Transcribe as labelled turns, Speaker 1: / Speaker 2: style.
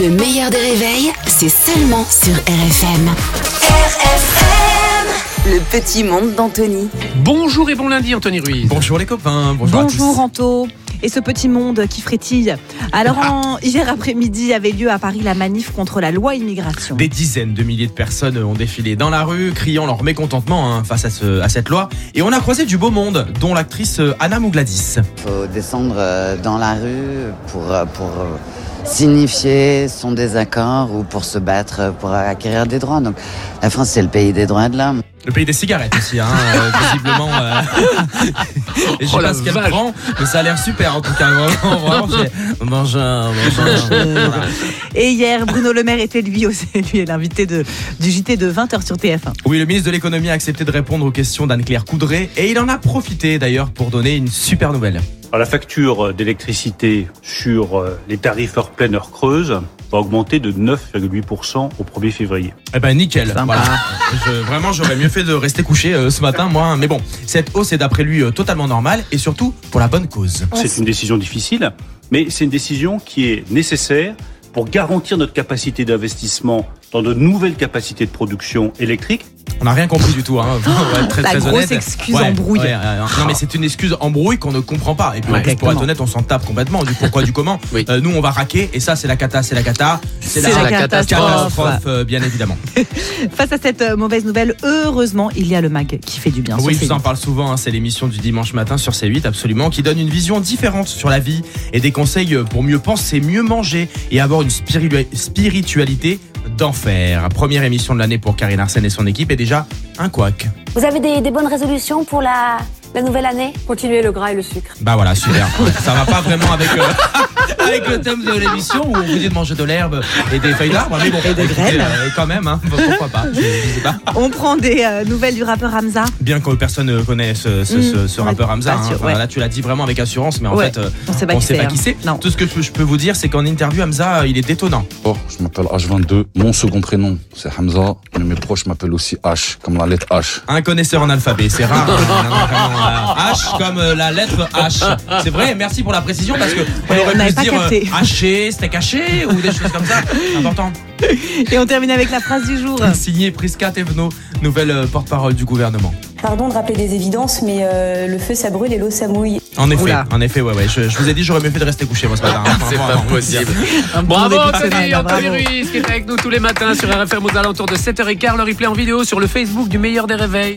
Speaker 1: Le meilleur des réveils, c'est seulement sur RFM. RFM Le petit monde d'Anthony.
Speaker 2: Bonjour et bon lundi, Anthony Ruiz.
Speaker 3: Bonjour les copains, bonjour,
Speaker 4: Bonjour
Speaker 3: à
Speaker 4: Anto et ce petit monde qui frétille. Alors en- hier après-midi avait lieu à Paris la manif contre la loi immigration.
Speaker 3: tous. Des dizaines de milliers de personnes ont défilé dans la rue, criant leur mécontentement hein, face à, ce- à cette loi. Et on a croisé du beau monde, dont l'actrice euh, Anna Mougladis.
Speaker 5: faut descendre euh, dans la rue pour, euh, pour euh, signifier son désaccord ou pour se battre euh, pour acquérir des droits. Donc la France, c'est le pays des droits de l'homme.
Speaker 3: Le pays des cigarettes aussi, hein, euh, visiblement. euh, Je sais
Speaker 2: Oh la
Speaker 3: pas ce qu'elle
Speaker 2: vache.
Speaker 3: prend, mais ça a l'air super en tout cas. Vraiment, vraiment, c'est- bonjour, bonjour. Voilà.
Speaker 4: Et hier Bruno Le Maire était lui aussi lui est l'invité de du JT de 20h sur TF1.
Speaker 3: Oui, le ministre de l'économie a accepté de répondre aux questions d'Anne-Claire Coudray et il en a profité d'ailleurs pour donner une super nouvelle.
Speaker 6: Alors, Ah, la facture d'électricité sur euh, les tarifs heure pleine, heure creuse va augmenter de 9,8% au 1er février.
Speaker 3: Eh ben nickel.
Speaker 4: Sympa.
Speaker 3: Voilà. Je- vraiment, j'aurais mieux fait de rester couché euh, ce matin, moi. hein. Mais bon, cette hausse est d'après lui euh, totalement normale et surtout pour la bonne cause.
Speaker 6: C'est une décision difficile, mais c'est une décision qui est nécessaire pour garantir notre capacité d'investissement dans de nouvelles capacités de production électrique.
Speaker 3: On n'a rien compris du tout. Hein. On va être très,
Speaker 4: Oh, La
Speaker 3: très
Speaker 4: grosse
Speaker 3: honnête.
Speaker 4: excuse embrouille.
Speaker 3: ouais, euh, non, mais c'est une excuse embrouille qu'on ne comprend pas. Et puis, en
Speaker 2: Ouais.
Speaker 3: plus, pour être
Speaker 4: Exactement.
Speaker 3: honnête, on s'en tape complètement du pourquoi, du comment.
Speaker 2: Oui.
Speaker 3: Euh, nous, on va raquer et ça, c'est la cata, c'est la cata.
Speaker 4: C'est la catastrophe.
Speaker 3: catastrophe, euh, bien évidemment.
Speaker 4: Face à cette euh, mauvaise nouvelle, heureusement, il y a le mag qui fait du bien.
Speaker 3: Ah Oui,
Speaker 4: sur
Speaker 3: je vous en
Speaker 4: C8.
Speaker 3: parle souvent, hein, c'est l'émission du dimanche matin sur C8, absolument, qui donne une vision différente sur la vie et des conseils pour mieux penser, mieux manger et avoir une spiritu- spiritualité d'enfer. Première émission de l'année pour Karine Arsène et son équipe, et déjà un couac.
Speaker 7: Vous avez des, des bonnes résolutions pour la, la nouvelle année Continuez le gras et le sucre.
Speaker 3: Bah voilà, super. Ouais, Ça va pas vraiment avec, euh, avec le thème de l'émission où on vous dit de manger de l'herbe et des feuilles d'arbre, mais bon,
Speaker 4: Et des
Speaker 3: écoutez,
Speaker 4: graines.
Speaker 3: euh, quand même, hein, pourquoi pas, je, je sais pas.
Speaker 4: On prend des euh, nouvelles du rappeur Hamza.
Speaker 3: Bien que personne ne connaisse ce, ce- ce- ce
Speaker 4: Mm,
Speaker 3: rappeur
Speaker 4: ouais,
Speaker 3: Hamza,
Speaker 4: pas
Speaker 3: hein.
Speaker 4: sûr,
Speaker 3: Enfin,
Speaker 4: ouais.
Speaker 3: là tu l'as dit vraiment avec assurance, mais en
Speaker 4: Ouais.
Speaker 3: fait... euh,
Speaker 4: On sait pas
Speaker 3: On
Speaker 4: qui
Speaker 3: sait
Speaker 4: c'est.
Speaker 3: pas
Speaker 4: hein.
Speaker 3: qui c'est.
Speaker 4: Non.
Speaker 3: Tout ce que je je peux vous dire, c'est qu'en interview, Hamza, euh, il est détonnant.
Speaker 8: Bonjour, Oh, je m'appelle H22. Mon second prénom, c'est Hamza. Mais mes proches m'appellent aussi H, comme la lettre H.
Speaker 3: Un connaisseur en alphabet, c'est rare. Non, non, vraiment, euh, H comme euh, la lettre H. C'est vrai, merci pour la précision parce que on
Speaker 4: Ouais,
Speaker 3: aurait
Speaker 4: on
Speaker 3: pu
Speaker 4: n'avait
Speaker 3: se
Speaker 4: pas
Speaker 3: dire
Speaker 4: capté.
Speaker 3: euh, haché, steak haché ou des choses comme ça. C'est important.
Speaker 4: Et on termine avec la phrase du jour.
Speaker 3: Signé Prisca Thévenot, nouvelle euh, porte-parole du gouvernement.
Speaker 9: Pardon de rappeler des évidences, mais euh, le feu ça brûle et l'eau ça mouille.
Speaker 3: En effet,
Speaker 4: Oula.
Speaker 3: en effet, ouais, ouais. Je, je vous ai dit, j'aurais mieux fait de rester couché moi ce matin. hein.
Speaker 2: C'est
Speaker 3: Vraiment,
Speaker 2: pas
Speaker 3: vraiment.
Speaker 2: possible.
Speaker 4: Un petit
Speaker 2: Bravo
Speaker 4: début de
Speaker 2: Anthony,
Speaker 4: semaine,
Speaker 2: Anthony
Speaker 4: bravo.
Speaker 2: Ruiz qui est avec nous tous les matins sur RFM aux alentours de 7h15. Le replay en vidéo sur le Facebook du meilleur des réveils.